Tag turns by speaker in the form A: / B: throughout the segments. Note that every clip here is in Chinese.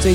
A: 最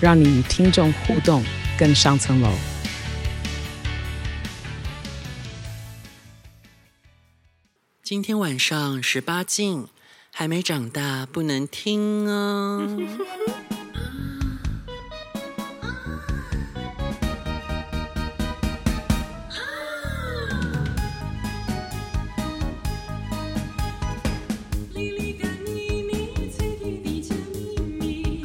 A: 让你与听众互动更上层楼。
B: 今天晚上十八禁，还没长大不能听哦。
C: 哩哩个咪咪，脆甜的小秘密，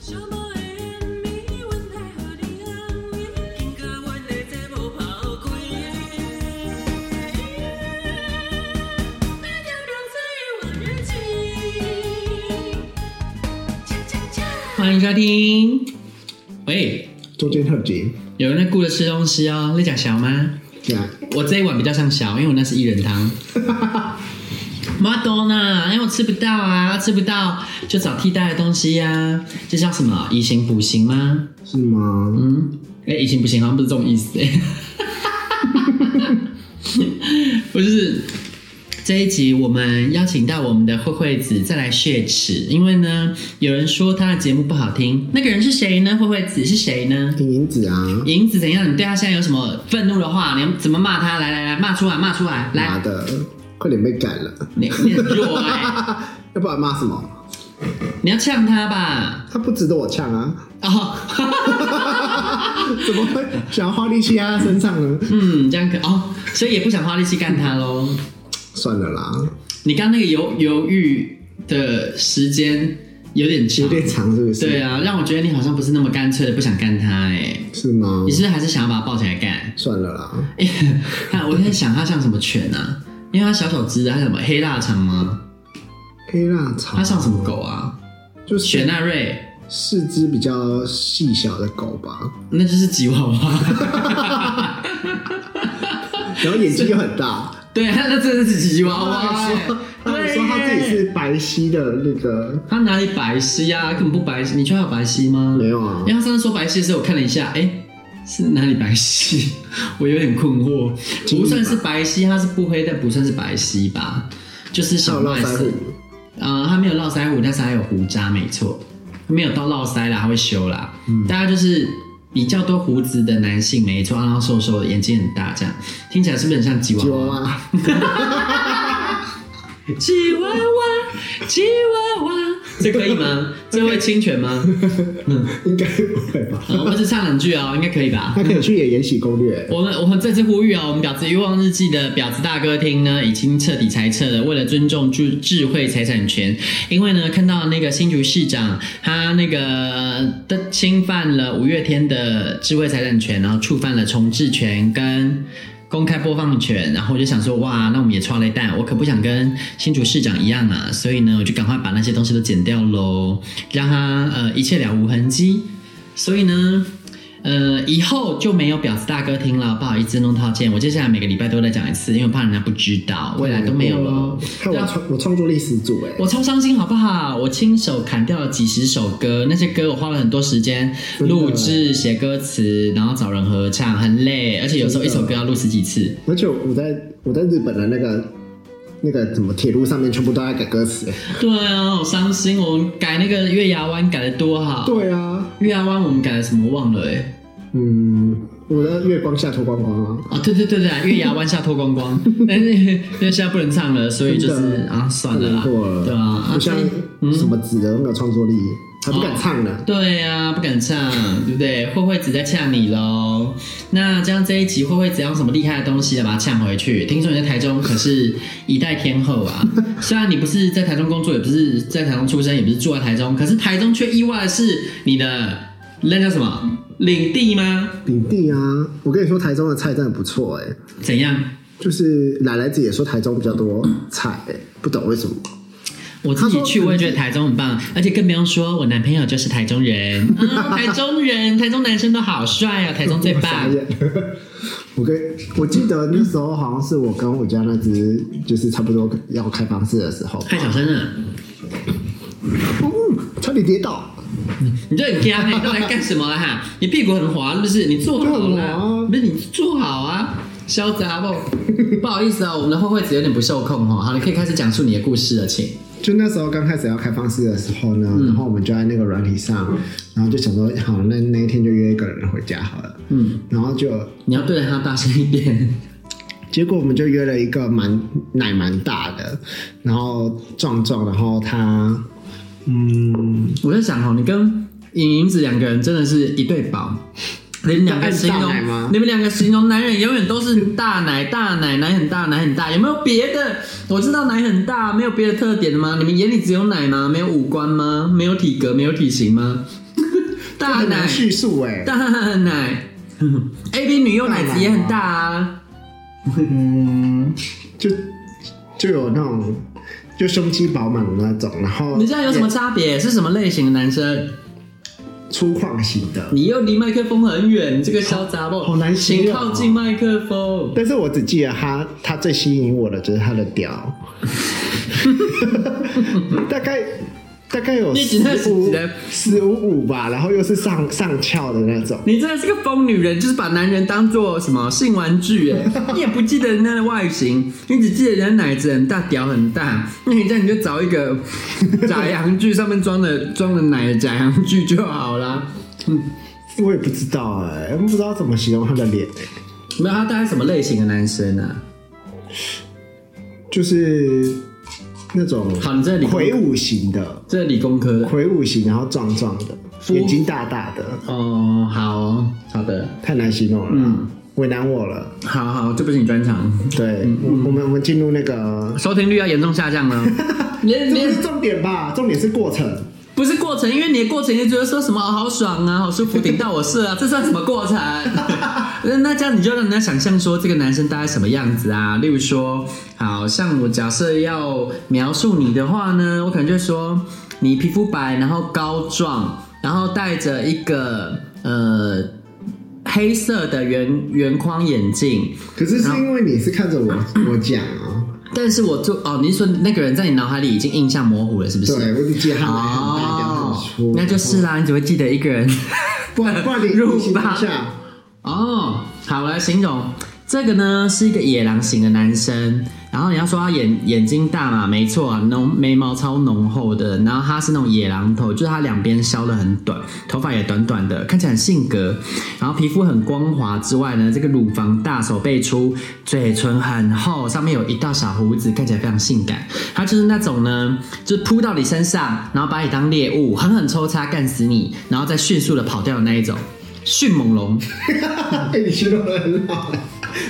C: 小猫的甜蜜，温太好的安慰，听到阮的节目跑开。咱就让岁月往日去，恰恰恰。
D: 欢迎收听。喂，
E: 中间特辑，
D: 有人在顾着吃东西哦，在讲小吗？
E: 对啊，
D: 我这一碗比较像小，因为我那是一人汤。妈多呢，因为我吃不到啊，吃不到就找替代的东西呀、这叫什么？以形补形吗？
E: 是吗？
D: 嗯，哎、以形补形好像不是这种意思、 欸。不是这一集我们邀请到我们的慧慧子再来血耻，因为呢，有人说她的节目不好听，那个人是谁呢？慧慧子是谁呢？
E: 听银子啊，
D: 银子怎样？你对她现在有什么愤怒的话？你要怎么骂她？来来来，骂出来，骂出来，
E: 妈
D: 来，
E: 的，快点被赶了，
D: 你你很弱哎、
E: 要不然骂什么？
D: 你要呛她吧？
E: 他不值得我呛啊，
D: 哦，
E: 怎么会想要花力气在他身上呢？
D: 嗯，这样可哦，所以也不想花力气干她喽。
E: 算了啦，
D: 你刚刚那个犹犹豫的时间有点长，
E: 有点长是不是？
D: 对，啊，让我觉得你好像不是那么干脆的不想干她哎、
E: 是吗
D: 你？是不是还是想要把她抱起来干？
E: 算了啦，
D: 哎看我在想她像什么犬啊？因为她小小只的，她像什么黑腊肠吗？
E: 黑腊草
D: 她像什么狗啊？
E: 就是
D: 雪纳瑞，
E: 四只比较细小的狗吧，
D: 那就是吉娃娃。
E: 然后眼睛又很大。
D: 对，那真的是吉娃娃
E: 他
D: 欸
E: 还说，他还
D: 对
E: 说他自己
D: 耶。
E: 是白皙的那个，
D: 他哪里白皙呀、根本不白皙。你确定他有白皙吗？
E: 没有啊
D: 因为他上次说白皙的时候，我看了一下，哎、是哪里白皙？ 我有点困惑。
E: 金鱼
D: 不
E: 吧
D: 算是白皙，它是不黑，但不算是白皙吧？就是
E: 还
D: 小
E: 有络
D: 麦
E: 腮
D: 色
E: 胡。，
D: 呃，他没有络腮胡，但是他有胡渣，没错，没有到络腮啦，他会修啦。
E: 嗯
D: 大家就是比较多胡子的男性，没错，然后瘦瘦的，眼睛很大，这样听起来是不是很像吉娃
E: 吉娃
D: 娃？
E: 娃，
D: 吉娃娃，吉娃娃，这可以吗？这会侵 权吗？
E: 应该不会吧？
D: 嗯我们只唱两句哦，应该可以吧？
E: 他可以去演《延禧攻略》。
D: 我们我们再次呼吁啊，我们婊子欲望日记的婊子大哥厅呢，已经彻底裁撤了。为了尊重智智慧财产权，因为呢，看到那个新竹市长他那个呃的侵犯了五月天的智慧财产权，然后触犯了重置权跟。公开播放权，然后我就想说，哇，那我们也穿了一蛋，我可不想跟新竹市长一样啊，所以呢，我就赶快把那些东西都剪掉喽，让他呃一切了无痕迹。所以呢，呃，以后就没有婊子大哥听了，不好意思弄套件。我接下来每个礼拜都再讲一次，因为我怕人家不知道，未来都没有喽。
E: 哦看我创我创作力十足哎，
D: 我超伤心，好不好？我亲手砍掉了几十首歌，那些歌我花了很多时间
E: 真的
D: 录制、写歌词，然后找人合唱，很累，而且有时候一首歌要录十几次。
E: 而且我在我在日本的那个那个什么铁路上面，全部都在改歌词。
D: 对啊，好伤心。我们改那个月牙湾改的多好，
E: 对啊，
D: 月牙湾我们改了什么忘了哎、欸
E: 嗯，我的月光下脱光光啊，
D: 啊，对对对 对啊，月牙弯下脱光 光，但是因为现在不能唱了，所以就是
E: 真的
D: 啊，算了啦，
E: 太难过了
D: 对啊，啊
E: 不像
D: 所以哦
E: 什么子的那个创作力，还不敢唱呢。
D: 对啊，不敢唱，对不对？慧慧子在呛你喽。那这样这一集慧慧子用什么厉害的东西来把它呛回去？听说你在台中可是一代天后 啊，虽然你不是在台中工作，也不是在台中出生，也不是住在台中，可是台中却意外的是你的那叫什么领地吗？
E: 领地啊，我跟你说，台中的菜真的不错哎、
D: 怎样？
E: 就是奶奶子也说台中比较多菜哎、不懂为什么。
D: 我自己去，我也觉得台中很棒，而且更不用说，我男朋友就是台中 人，嗯、台中人，台中男生都好帅啊，台中最
E: 傻
D: 棒。
E: 眼 我跟我记得那时候好像是我跟我家那只，就是差不多要开放式的时候，
D: 太小声了，
E: 嗯，差点跌倒。
D: 你这很干，你到底干什么了哈？你屁股很滑是不是？你坐好
E: 就很滑
D: 了
E: 啊，
D: 不是你坐好啊。潇洒不？不好意思啊，我们的后会子有点不受控哦。好，你可以开始讲述你的故事了，请。
E: 就那时候刚开始要开放式的时候呢，
D: 嗯
E: 然后我们就在那个软体上，然后就想说，好，那那一天就约一个人回家好了。
D: 嗯，
E: 然后就
D: 你要对着他大声一点。
E: 结果我们就约了一个蛮奶蛮大的，然后壮壮，然后他，嗯，
D: 我在想哦，你跟尹银子两个人真的是一对 宝。你们两个形
E: 大
D: 容
E: 奶吗，
D: 你们两个形容男人永远都是大奶大奶奶很大奶很大，有没有别的？我知道奶很大，没有别的特点的吗？你们眼里只有奶吗？没有五官吗？没有体格，没有体型吗？ 大
E: 很
D: 奶
E: 难叙述哎、
D: 大奶 ，A B 女优奶子也很大啊。
E: 嗯，就就有那种就胸肌饱满的那种，然后
D: 你这样有什么差
E: 哦
D: 别？是什么类型的男生？
E: 粗犷型的？
D: 你又离麦克风很远，你这个小杂货，
E: 好难形容
D: 请
E: 哦
D: 靠近麦克风。
E: 但是我只记得他，他最吸引我的就是他的屌， 大概大概有
D: 你只
E: 十
D: 能
E: 五
D: 只能
E: 十五五吧，然后又是上上翘的那种。
D: 你真的是个疯女人，就是把男人当做什么性玩具 哎，你也不记得人家的外形，你只记得人家奶子很大，屌很大，那你这样你就找一个假洋具，上面装的装的奶的假洋具就好啦。嗯，
E: 我也不知道哎、我不知道怎么形容他的脸、欸，
D: 没有他大概什么类型的男生啊？
E: 就是那种
D: 好你这里
E: 魁梧型的，
D: 这是理工科的
E: 魁梧型，然后壮壮的，
D: 夫
E: 眼睛大大的，
D: 哦，好哦好的，
E: 太难形容了，
D: 嗯
E: 为难我了。
D: 好好，这不是你专长，
E: 对，
D: 嗯
E: 我我们我们进入那个，
D: 收听率要严重下降 了，连
E: 这不
D: 连
E: 是重点吧？重点是过程。
D: 不是过程，因为你的过程就觉得说什么、哦、好爽啊，好舒服，顶到我射啊，这算什么过程？那那这样你就让人家想象说这个男生大概什么样子啊？例如说，好像我假设要描述你的话呢，我可能就会说你皮肤白，然后高壮，然后戴着一个呃黑色的圆圆框眼镜，
E: 可是是因为你是看着 我我讲啊，
D: 但是我就哦，你是说那个人在你脑海里已经印象模糊了，是不是？
E: 对，我只记得他奶很大，脚
D: 哦
E: 很粗，，
D: 那就是啦，你只会记得一个人。
E: 不然不然你
D: 入
E: 你形容
D: 吧
E: 一下，
D: 哦，好，我来形容这个呢，是一个野狼型的男生。然后你要说他眼眼睛大嘛，没错、啊，浓眉毛超浓厚的。然后他是那种野狼头，就是他两边削的很短，头发也短短的，看起来很性格。然后皮肤很光滑之外呢，这个乳房大，手背粗，嘴唇很厚，上面有一道小胡子，看起来非常性感。他就是那种呢，就是扑到你身上，然后把你当猎物，狠狠抽插干死你，然后再迅速的跑掉的那一种。迅猛龙，
E: 哎、你形容的很好。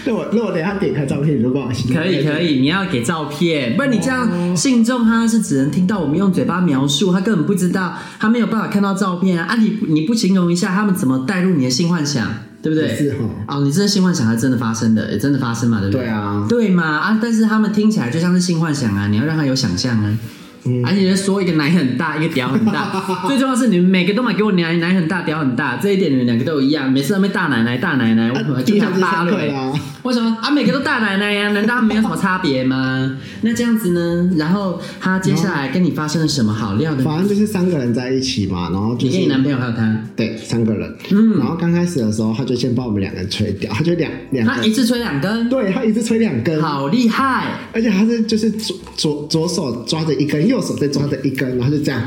E: 那我那我等一下点开照片，你就帮我形容。
D: 可以可以，你要给照片，不然你这样信众他是只能听到我们用嘴巴描述，他根本不知道，他没有办法看到照片啊！啊你你不形容一下，他们怎么带入你的性幻想，对不对？
E: 也是齁
D: 哦，你这性幻想还真的发生的，也真的发生嘛，对不对？
E: 对啊
D: 对嘛啊！但是他们听起来就像是性幻想啊，你要让他有想象啊。
E: 嗯
D: 而且说一个奶很大，一个屌很 大，最重要的是你们每个都买给我奶奶很大，屌很大，这一点你们两个都一样，每次都被大奶奶大奶奶，我可能就想扒了、
E: 啊第一下就上课了啊
D: 为什么啊？每个都大奶奶呀、难道他们没有什么差别吗？那这样子呢？然后他接下来跟你发生了什么好料的呢？
E: 反正就是三个人在一起嘛，然后就
D: 你
E: 是
D: 跟你男朋友还有他，
E: 对三个人，
D: 嗯
E: 然后刚开始的时候，他就先把我们两个人吹掉，他就两两
D: 他一
E: 个，
D: 次吹两根，
E: 对他一直吹两根，
D: 好厉害！
E: 而且他是就是左左左手抓着一根，右手再抓着一根，然后就这样，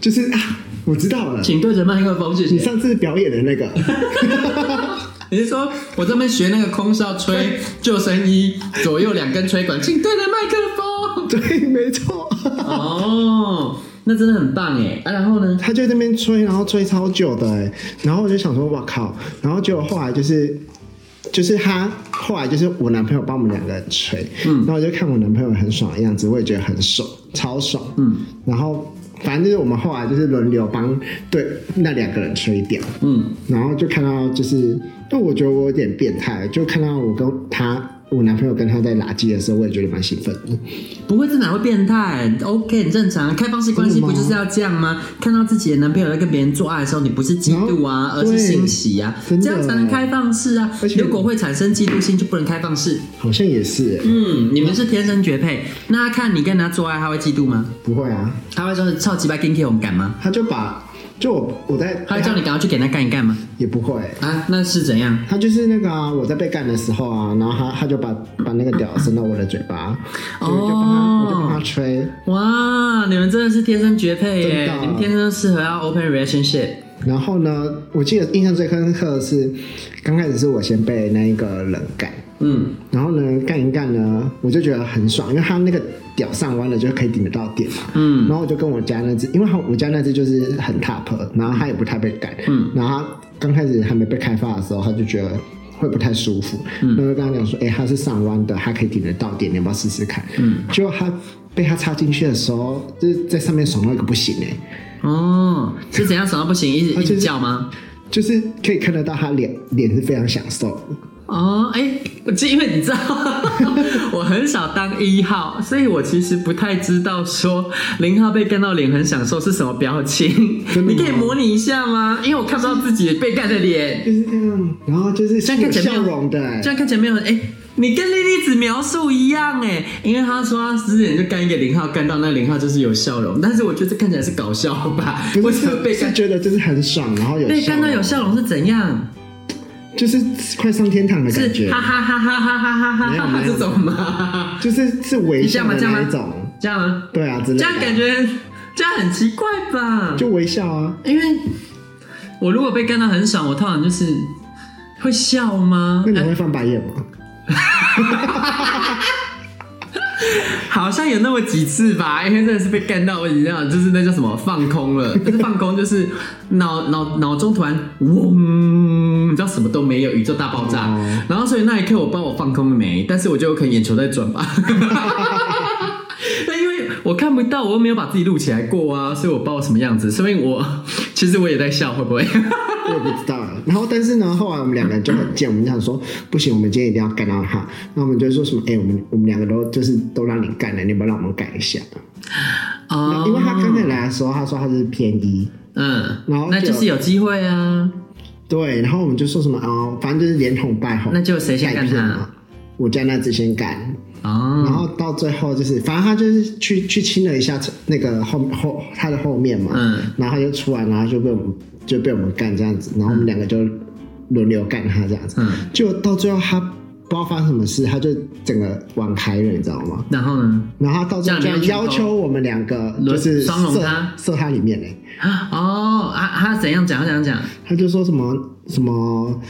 E: 就是啊，我知道了，
D: 请对着麦克风，谢
E: 你
D: 谢。
E: 上次表演的那个，
D: 你是说我这边学那个空少吹救生衣，左右两根吹管，请对着麦克风。
E: 对，没错，
D: 哦，那真的很棒哎！啊，然后呢？
E: 他就在那边吹，然后吹超久的、欸，然后我就想说，哇靠，然后结果后来就是。就是他后来就是我男朋友帮我们两个人吹，嗯，然后我就看我男朋友很爽的样子，我也觉得很爽，超爽，嗯，然后反正就是我们后来就是轮流帮对那两个人吹掉，
D: 嗯，
E: 哦然后就看到就是，但我觉得我有点变态，就看到我跟他我男朋友跟他在垃圾的时候，我也觉得蛮兴奋的。
D: 不会，这哪会变态？OK，很正常啊。开放式关系不就是要这样吗？
E: 嗯
D: 看到自己的男朋友在跟别人做爱的时候，你不是嫉妒啊，
E: 然后
D: 而是欣喜啊，
E: 嗯对真
D: 这
E: 的
D: 样才能开放式啊
E: 而。且
D: 如果会产生嫉妒心，就不能开放式。
E: 好像也是、欸，
D: 嗯，你们是天生绝配。那他看你跟他做爱，他会嫉妒吗？
E: 不会啊，
D: 他会说超级白 kinky 我们敢吗？
E: 他就把就我我在
D: 他会叫你赶快去给他干一干吗？
E: 也不会、
D: 啊，那是怎样？
E: 他就是那个啊，我在被干的时候啊，然后他他就把把那个屌伸到我的嘴巴，
D: 哦
E: 所以我就帮他我就帮他吹，
D: 哇，你们真的是天生绝配
E: 真
D: 耶！
E: 的
D: 你们天生适合要 open relationship。
E: 然后呢，我记得印象最深刻的是，刚开始是我先被那一个人干，
D: 嗯，
E: 然后呢干一干呢，我就觉得很爽，因为他那个屌上弯了就可以顶得到点嘛，嗯，然后我就跟我家那只，因为他我家那只就是很 top，然后他也不太被干，嗯，然后他刚开始还没被开发的时候，他就觉得。会不太舒服，嗯，那就跟他讲说，哎、他是上弯的，他可以顶得到点，你要不要试试看？嗯，结果他被他插进去的时候，就是在上面爽到一个不行哎、
D: 哦，是怎样爽到不行，一直
E: 他啊
D: 一
E: 就是
D: 直叫吗？
E: 就是可以看得到他脸脸是非常享受的。
D: 哦，哎、我就因为你 知道，我很少当一号，所以我其实不太知道说零号被干到脸很享受是什么表情。
E: 真的吗
D: 你可以模拟一下吗？因为我看不到自己被干的脸，
E: 就是这样，然后就是
D: 这
E: 是
D: 样
E: 有
D: 看起来
E: 笑
D: 没有
E: 容的、欸
D: 这，样看起来没有哎。你跟莉莉子描述一样哎，因为她说她之前就干一个零号，干到那零号就是有笑容，但是我觉得这看起来是搞笑吧？
E: 不
D: 为
E: 是
D: 什么被
E: 是
D: 干？
E: 觉得就是很爽，然后有
D: 被
E: 笑
D: 干到有
E: 容，
D: 笑容是怎样？
E: 就是快上天堂的感
D: 是
E: 觉
D: 哈，哈哈哈哈哈哈哈哈
E: 没有没有
D: 这种吗？
E: 就是是微笑的那一种，
D: 这样吗？
E: 对啊，之
D: 这
E: 类的，
D: 样感觉这样很奇怪吧？
E: 就微笑啊，
D: 因为我如果被干到很爽，我通常就是会笑吗
E: 那？你
D: 呃
E: 会翻白眼吗？
D: 好像有那么几次吧，因为真的是被干到我已经这样，就是那叫什么放空了，不是放空，就是脑脑脑中突然嗡，你知道什么都没有，宇宙大爆炸。
E: 哦
D: 然后所以那一刻我不知道我放空了没，但是我就可能眼球在转吧。 那因为我看不到，我又没有把自己录起来过啊，所以我不知道我什么样子。说明我其实我也在笑，会不会？
E: 我也不知道。然后，但是呢，后来我们两个人就很贱，我们就想说，不行，我们今天一定要干到他。那我们就说什么？哎、我们我们两个都就是都让你干了，你要不要让我们干一下？
D: 哦
E: 因为他刚才来的时候，他说他是偏一，
D: 嗯，
E: 然后
D: 那就是有机会啊。
E: 对，然后我们就说什么啊、反正就是连哄带哄。
D: 那就谁先干他
E: 带骗嘛？我家那只先干，然
D: 哦，
E: 后到最后就是，反正他就是去去亲了一下那个后后他的后面嘛，
D: 嗯，
E: 然后他就出来，然后就被我们就被我们干这样子，然后我们两个就轮流干他这样子，
D: 嗯，
E: 就到最后他不知道发生什么事，他就整个网开了，你知道吗？
D: 然后呢？
E: 然后他到最后
D: 这
E: 就
D: 样你们
E: 要求我们两个
D: 轮
E: 就是
D: 双龙
E: 射
D: 他
E: 射他里面嘞、
D: 哦，啊，他怎样讲？他怎样讲？
E: 他就说什么什么，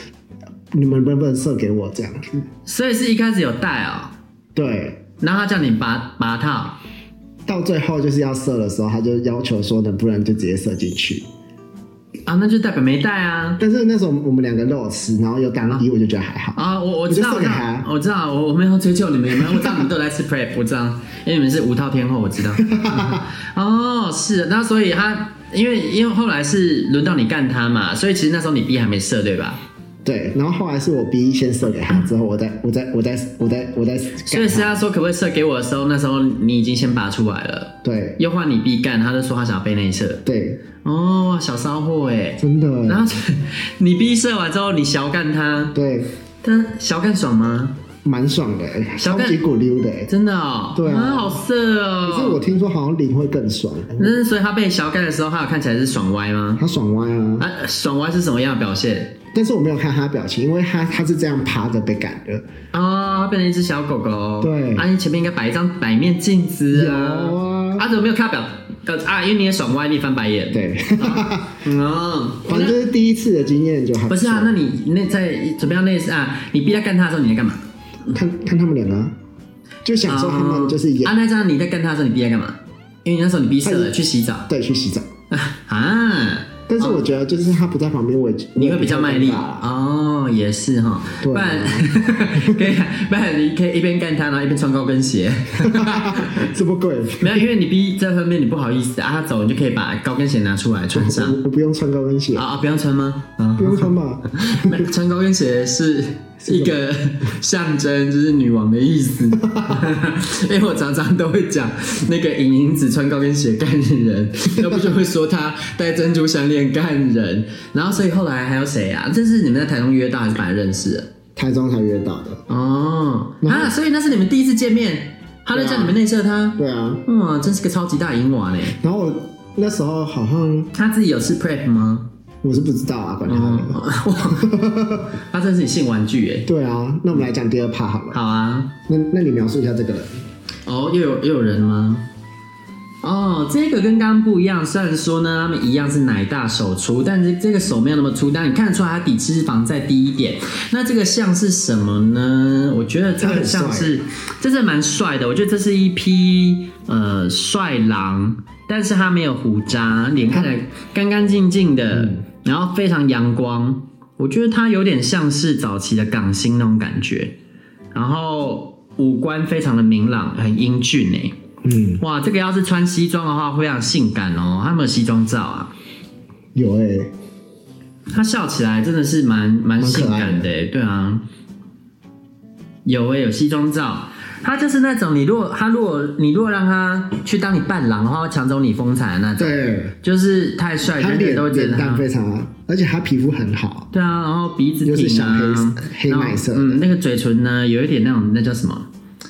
E: 你们能不能射给我这样子？
D: 所以是一开始有带哦，
E: 对，
D: 然后他叫你拔拔套，
E: 到最后就是要射的时候，他就要求说能不能就直接射进去。
D: 啊，那就代表没带啊。
E: 但是那时候我们两个都有吃，然后有当一，我就觉得还好。
D: 啊，我我知道，
E: 你就送给他
D: 我知道，我我没有追究你们有 没有，我知道你们都有在吃 prep，我知道，因为你们是五套天后，我知道。 哦，是，那所以他因为因为后来是轮到你干他嘛，所以其实那时候你 B 还没射对吧？
E: 对，然后后来是我 B 先射给他，之后我再我再我再我再我再
D: 所以
E: 干
D: 是
E: 他。
D: 他说可不可以射给我的时候，那时候你已经先拔出来了，
E: 对
D: 又换你 B 干，他就说他想要被内射。
E: 对，
D: 哦，小骚货哎。
E: 真的。
D: 然后你 B 射完之后，你小干他，
E: 对，
D: 但小干爽吗？
E: 蛮爽的，
D: 小
E: 超
D: 干
E: 级骨溜的。可
D: 真的哦，
E: 对啊
D: 好色哦。
E: 是我听说好像零会更爽，
D: 那所以他被小干的时候，他有看起来是爽歪吗？
E: 他爽歪啊！
D: 啊，爽歪是什么样的表现？
E: 但是我没有看他表情，因为他他是这样趴着被赶的。
D: 哦，他变成一只小狗狗。
E: 对
D: 啊，你前面应该摆一张摆面镜子啊。
E: 有啊
D: 啊，怎么没有看到表？表啊，因为你也爽歪，你翻白眼。，
E: 对，
D: 哦，
E: 反正就是第一次的经验就还
D: 不是啊，
E: 错
D: 那你那在准备要类似啊，你逼他干他的时候你在干嘛？
E: 看看他们两个啊，就想说他们就是演
D: 啊，那这样你在干他的时候你逼他干嘛？因为你那时候你逼射了，去洗澡
E: 对去洗澡，
D: 啊。
E: 但是我觉得就是他不在旁边，我也
D: 你会比较卖力
E: 我也没办法啦
D: 哦，也是哈，
E: 对啊
D: 不然 可以，不然你可以一边干他，然后一边穿高跟鞋。
E: 什么鬼？
D: 没有，因为你逼这方面你不好意思啊，他走你就可以把高跟鞋拿出来穿 上
E: 我我不用穿高跟鞋
D: 啊，啊，不要穿吗？啊
E: 不，用穿吧？
D: 没穿高跟鞋是一个象征，就是女王的 意思。因为我常常都会讲那个影影子穿高跟鞋干人，要不就会说她戴珍珠项链干人。然后所以后来还有谁啊？这是你们在台中约到还是本来认识的？
E: 台中才约到的。
D: 哦，
E: 然后
D: 啊，所以那是你们第一次见面，他就叫你们内射他。
E: 对啊，
D: 哇，真是个超级大银娃呢。
E: 然后我那时候好像
D: 他自己有吃 prep 吗？
E: 我是不知道啊，管他的。
D: 哇，哦他真是你性玩具耶。
E: 对啊，那我们来讲第二趴好了。
D: 好啊，
E: 那那你描述一下这个人，
D: 哦，又有又有人吗？哦，这个跟刚刚不一样，虽然说呢，他们一样是奶大手粗，但是这个手没有那么粗，但你看得出来它底脂肪再低一点。那这个像是什么呢？我觉得这个像是，这是蛮帅的。我觉得这是一匹呃帅狼，但是他没有胡渣，脸看起来干干净净的，然后非常阳光。我觉得他有点像是早期的港星那种感觉，然后五官非常的明朗，很英俊哎、
E: 嗯，
D: 哇，这个要是穿西装的话，会非常性感哦。他有没有西装照啊？
E: 有哎、
D: 他笑起来真的是蛮蛮
E: 蛮
D: 性
E: 可爱的
D: 感的耶，对啊。有欸诶、有西装照。他就是那种你如果他如果你如果让他去当你伴郎的话，会抢走你风采的那种，
E: 对，
D: 就是太帅，
E: 他
D: 人人
E: 脸
D: 都觉
E: 脸
D: 得他
E: 蛋。非常好，而且他皮肤很好，
D: 对啊，然后鼻子挺
E: 又是小
D: 啊，
E: 黑
D: 然后
E: 黑麦色的
D: 嗯，那个嘴唇呢，有一点那种那叫什么？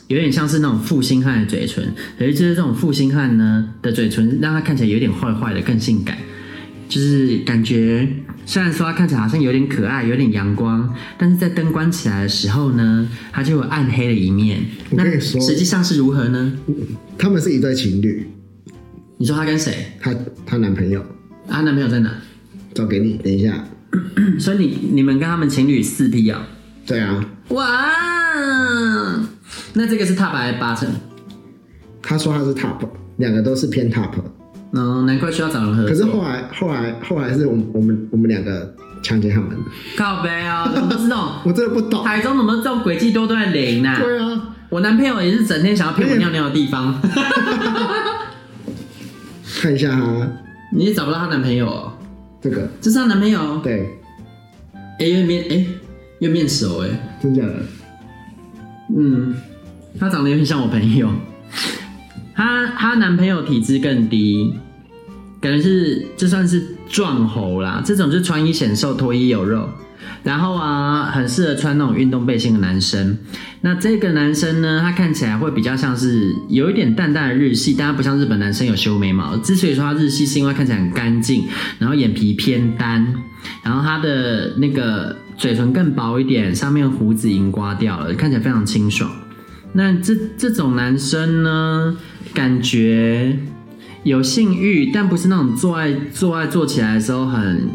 D: 有点像是那种负心汉的嘴唇，可是就是这种负心汉呢的嘴唇，让他看起来有点坏坏的，更性感。就是感觉，虽然说他看起来好像有点可爱，有点阳光，但是在灯关起来的时候呢，他就有暗黑的一面。
E: 我
D: 那
E: 跟你说
D: 实际上是如何呢？
E: 他们是一对情侣，
D: 你说他跟谁？啊
E: 她她男朋友
D: 她男朋友在哪？
E: 找给你，等一下，
D: 所以你你们跟他们情侣四 P 啊、
E: 对啊，
D: 哇，那这个是踏白八成，
E: 他说他是 top，两个都是偏 top，
D: 嗯，难怪需要找人合作。
E: 可是后来后来后来是我们我们我们两个强奸他们，
D: 靠背哦，怎么都是这种？
E: 我真的不懂，
D: 台中怎么这种诡计多端的零呐、
E: 对啊，
D: 我男朋友也是整天想要骗我尿尿的地方，
E: 看一下哈，
D: 你也找不到她男朋友、哦，
E: 这个
D: 这是她男朋友，
E: 对，
D: 哎、又面哎、又面熟哎、
E: 真假的，
D: 嗯，她长得有点像我朋友， 她她男朋友体质更低，感觉是这算是壮猴啦，这种就穿衣显瘦，脱衣有肉。然后啊，很适合穿那种运动背心的男生。那这个男生呢，他看起来会比较像是有一点淡淡的日系，但他不像日本男生有修眉毛。之所以说他日系，是因为他看起来很干净，然后眼皮偏单，然后他的那个嘴唇更薄一点，上面胡子已经刮掉了，看起来非常清爽。那这这种男生呢，感觉有性欲，但不是那种做爱做爱做起来的时候很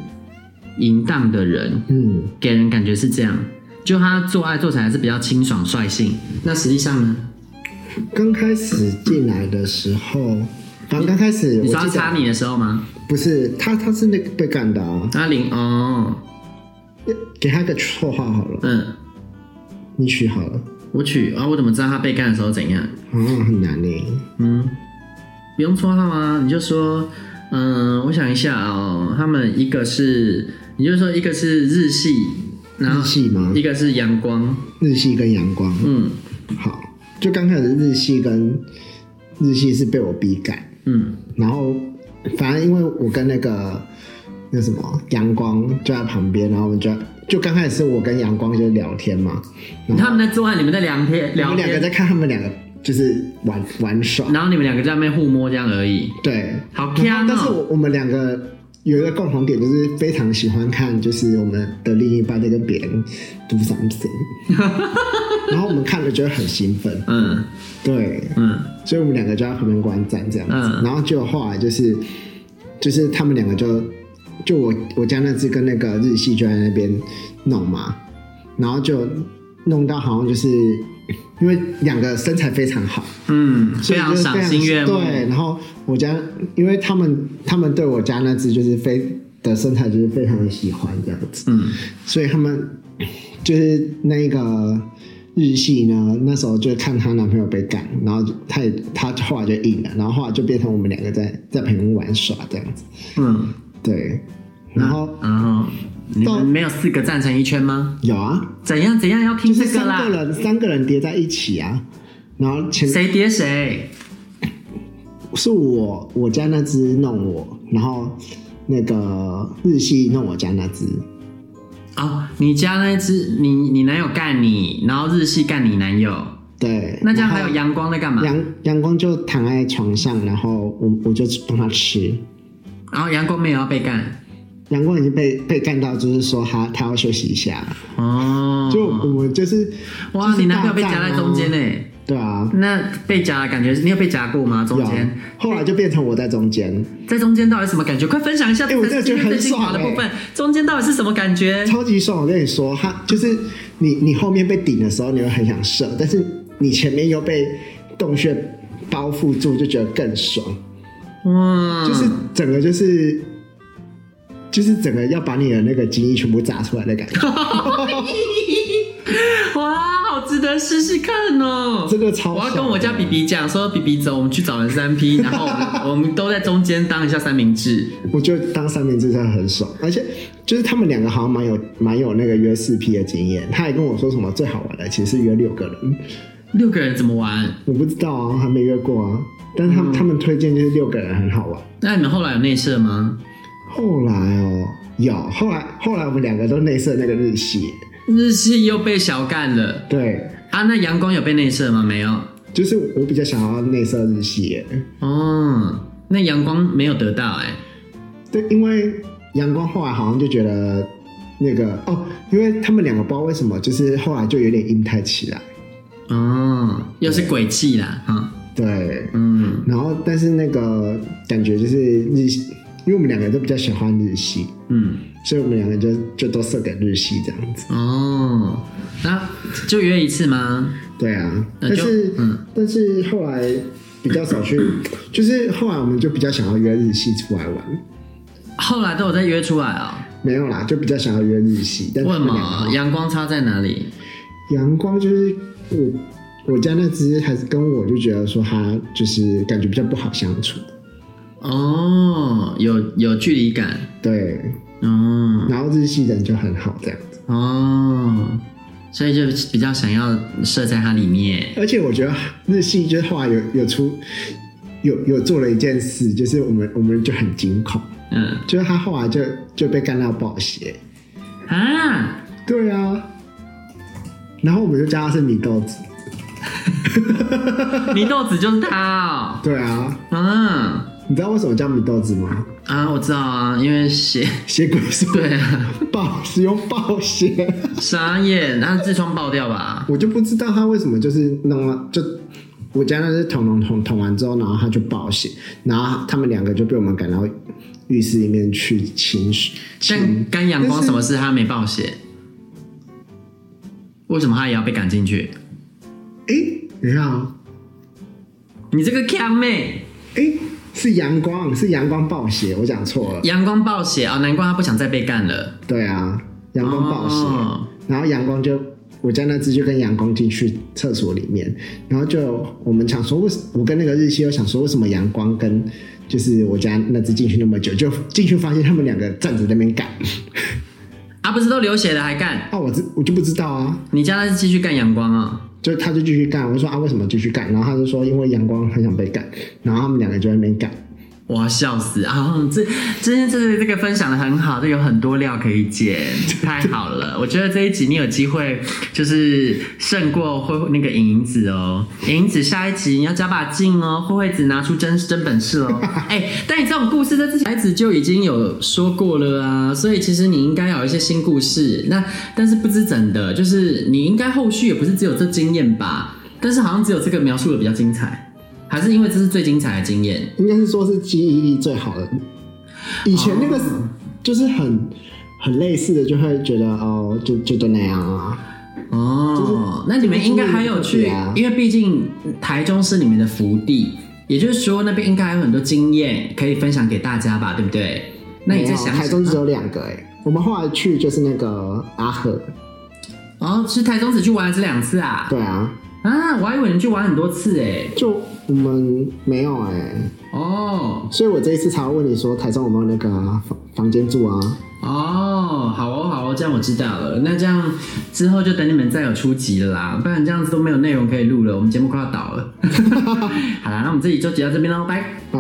D: 淫荡的人，
E: 嗯，
D: 给人感觉是这样。就他做爱做起来是比较清爽率性，那实际上呢？
E: 刚开始进来的时候，反正刚开始我
D: 你
E: 记
D: 说他
E: 得
D: 插你的时候吗？
E: 不是他他是那个被干的啊，
D: 阿玲哦，
E: 给他个绰号好了，
D: 嗯，
E: 你取好了，
D: 我取啊、我怎么知道他被干的时候怎样？
E: 啊，很难呢。
D: 嗯，不用绰号啊，你就说，嗯，我想一下哦，他们一个是，你就说一个是日系，然后
E: 日系吗
D: 一个是阳光，
E: 日系跟阳光，
D: 嗯
E: 好，就刚开始日系跟日系是被我逼改，
D: 嗯，
E: 然后反正因为我跟那个那什么阳光就在旁边，然后我们就就刚开始是我跟阳光就聊天嘛，然后
D: 他们在做爱，你们在聊天，
E: 我
D: 聊
E: 们两个在
D: 天，
E: 看他们两个就是玩玩耍，
D: 然后你们两个在那边互摸这样而已，
E: 对，
D: 好
E: 然后
D: 香
E: 但是
D: 哦，
E: 我我们两个。有一个共同点就是非常喜欢看，就是我们的另一半在跟别人 do something，然后我们看了就会很兴奋，
D: 嗯
E: 对，
D: 嗯
E: 所以我们两个就在旁边观战这样子。
D: 嗯
E: 然后结果后来就是，就是他们两个就就我我家那只跟那个日系就在那边弄嘛，然后就弄到好像就是因为两个身材非常好，
D: 嗯，
E: 所
D: 非
E: 以就是
D: 常
E: 非
D: 赏心悦目，
E: 对，然后我家因为他们他们对我家那只就是非的身材就是非常的喜欢这样子，
D: 嗯，
E: 所以他们就是那个日系呢，那时候就看她男朋友被干，然后她也她后来就硬了，然后后来就变成我们两个在在旁边玩耍这样子，
D: 嗯，
E: 对，然后
D: 然后你
E: 到
D: 们没有四个站成一圈吗？
E: 有啊，
D: 怎样怎样要拼
E: 就
D: 这
E: 是
D: 个
E: 三
D: 啦
E: 个？人三个人叠在一起啊，然后前
D: 谁叠谁？
E: 是我我家那只弄我，然后那个日系弄我家那只，
D: 哦，你家那只你你男友干你，然后日系干你男友，
E: 对，
D: 那这
E: 然
D: 样
E: 后
D: 还有阳光在干嘛？
E: 阳阳光就躺在床上，然后我我就帮他吃。
D: 然后阳光没有要被干
E: 阳光已经被被干到，就是说他他要休息一下，
D: 哦，
E: 就我们就是
D: 哇，
E: 就是
D: 你男朋友被
E: 大
D: 夹
E: 战
D: 在
E: 啊
D: 中间欸呢。
E: 对啊，
D: 那被夹的感觉，你有被夹过吗？中
E: 有
D: 间，
E: 后来就变成我在中间，
D: 在中间到底什么感觉？快分享一下，
E: 哎我真的觉得很
D: 最精华
E: 爽
D: 的
E: 哎
D: 部分，中间到底是什么感 觉？
E: 超级爽。我跟你说，他就是你你后面被顶的时候，你会很想射，但是你前面又被洞穴包覆住，就觉得更爽，
D: 哇，
E: 就是整个就是。就是整个要把你的那个精液全部炸出来的感觉，
D: 哇，好值得试试看哦！
E: 这个超
D: 我要
E: 爽欸
D: 跟我家
E: 的
D: 比比讲，说比比走，我们去找人 三 P，然后我们我们都在中间当一下三明治。
E: 我觉得当三明治真的很爽，而且就是他们两个好像蛮有蛮有那个约四 P 的经验。他还跟我说什么最好玩的，其实是约六个人，
D: 六个人怎么玩？
E: 我不知道啊，还没约过啊。但是他
D: 嗯
E: 们、他们推荐就是六个人很好玩。
D: 那你们后来有内射吗？
E: 后来哦，有后来后来我们两个都内射那个日系，
D: 日系又被小干了
E: 对，
D: 啊！那阳光有被内射吗？没有。
E: 就是我比较想要内射日系耶，
D: 哦，那阳光没有得到哎、
E: 对，因为阳光后来好像就觉得那个哦，因为他们两个不知道为什么，就是后来就有点硬太起来，
D: 哦，又是鬼气啦，哈，
E: 对，
D: 嗯
E: 然后，但是那个感觉就是日系，因为我们两个都比较喜欢日系，
D: 嗯，
E: 所以我们两个就就都设给日系这样子。
D: 哦，那就约一次吗？
E: 对啊，
D: 那
E: 但、
D: 就是嗯
E: 但是后来比较少 去，就是后来我们就比较想要约日系出来玩，
D: 后来都有再约出来哦。
E: 没有啦，就比较想要约日系。但是
D: 为什
E: 他们两个
D: 么？阳光差在哪里？
E: 阳光就是我我家那只还是跟我就觉得说它就是感觉比较不好相处，
D: 哦，有有距离感。
E: 对，
D: 哦
E: 然后日系人就很好这样子。
D: 哦，所以就比较想要射在它里面。
E: 而且我觉得日系就是后来有有出有有做了一件事，就是我们我们就很惊恐，
D: 嗯
E: 就是他后来就就被干到爆血，
D: 啊，
E: 对啊，然后我们就叫他是米豆子，
D: 米豆子就是它哦。
E: 对啊，
D: 啊
E: 你知道为什么叫米豆子吗？
D: 啊，我知道啊，因为血。
E: 血鬼术
D: 对 啊，
E: 爆使用爆血，
D: 傻眼，它痔疮爆掉吧？
E: 我就不知道他为什么就是弄了就。我家那只捅捅捅捅完之后，然后他就爆血，然后他们两个就被我们赶到浴室里面去清洗。
D: 但
E: 清
D: 干阳光
E: 但是
D: 什么事他没报血？为什么他也要被赶进去？
E: 哎、等一下哦，
D: 你这个 c 妹，
E: 哎、是阳光，是阳光暴血，我讲错了。
D: 阳光暴血啊、难怪他不想再被干了。
E: 对啊，阳光暴血，
D: 哦
E: 然后阳光就我家那只就跟阳光进去厕所里面，然后就我们想说为什，我跟那个日系又想说为什么阳光跟就是我家那只进去那么久，就进去发现他们两个站着在那边干，
D: 啊，不是都流血了还干？
E: 啊，我知我就不知道啊，
D: 你家那是继续干阳光啊、
E: 就他就继续干，我就说啊为什么继续干，然后他就说因为阳光很想被干，然后他们两个就在那边干，
D: 我要笑死啊！这今天这个这个分享的很好，这有很多料可以剪，太好了！我觉得这一集你有机会就是胜过慧慧那个影影子哦，影影子下一集你要加把劲哦，慧慧子拿出真真本事哦。哎、但你这种故事在之前孩子就已经有说过了啊，所以其实你应该要有一些新故事。那但是不知怎的，就是你应该后续也不是只有这经验吧？但是好像只有这个描述的比较精彩，还是因为这是最精彩的经验。
E: 应该是说是记忆力最好的。以前那个是就是很很类似的，就会觉得哦，就就都那样啊。
D: 哦，那你们应该还有去
E: 对啊，
D: 因为毕竟台中是你们的福地，也就是说那边应该还有很多经验可以分享给大家吧，对不对？那你再
E: 没有
D: 想
E: 台中只
D: 想，
E: 有两个哎、我们后来去就是那个阿和，
D: 哦，是台中只去玩了这两次啊？
E: 对啊，
D: 啊，我还以为你去玩很多次哎、
E: 就我们没有哎、
D: 哦，哦
E: 所以我这一次才问你说，台中有没有那个啊、房房间住啊？
D: 哦，好哦好哦，这样我知道了。那这样之后就等你们再有出集了啦，不然这样子都没有内容可以录了，我们节目快要倒了。 好啦，那我们这集就集到这边喽，拜。
E: 拜。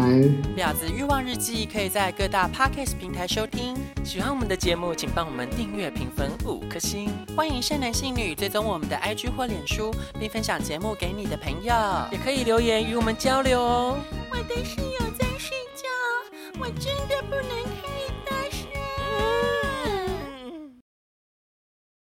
B: 婊子欲望日记可以在各大 podcast 平台收听。喜欢我们的节目，请帮我们订阅、评分五颗星。欢迎善男信女追踪我们的 IG 或脸书，并分享节目给你的朋友，也可以留言与我们交流哦。
C: 我的室友在睡觉，我真的不能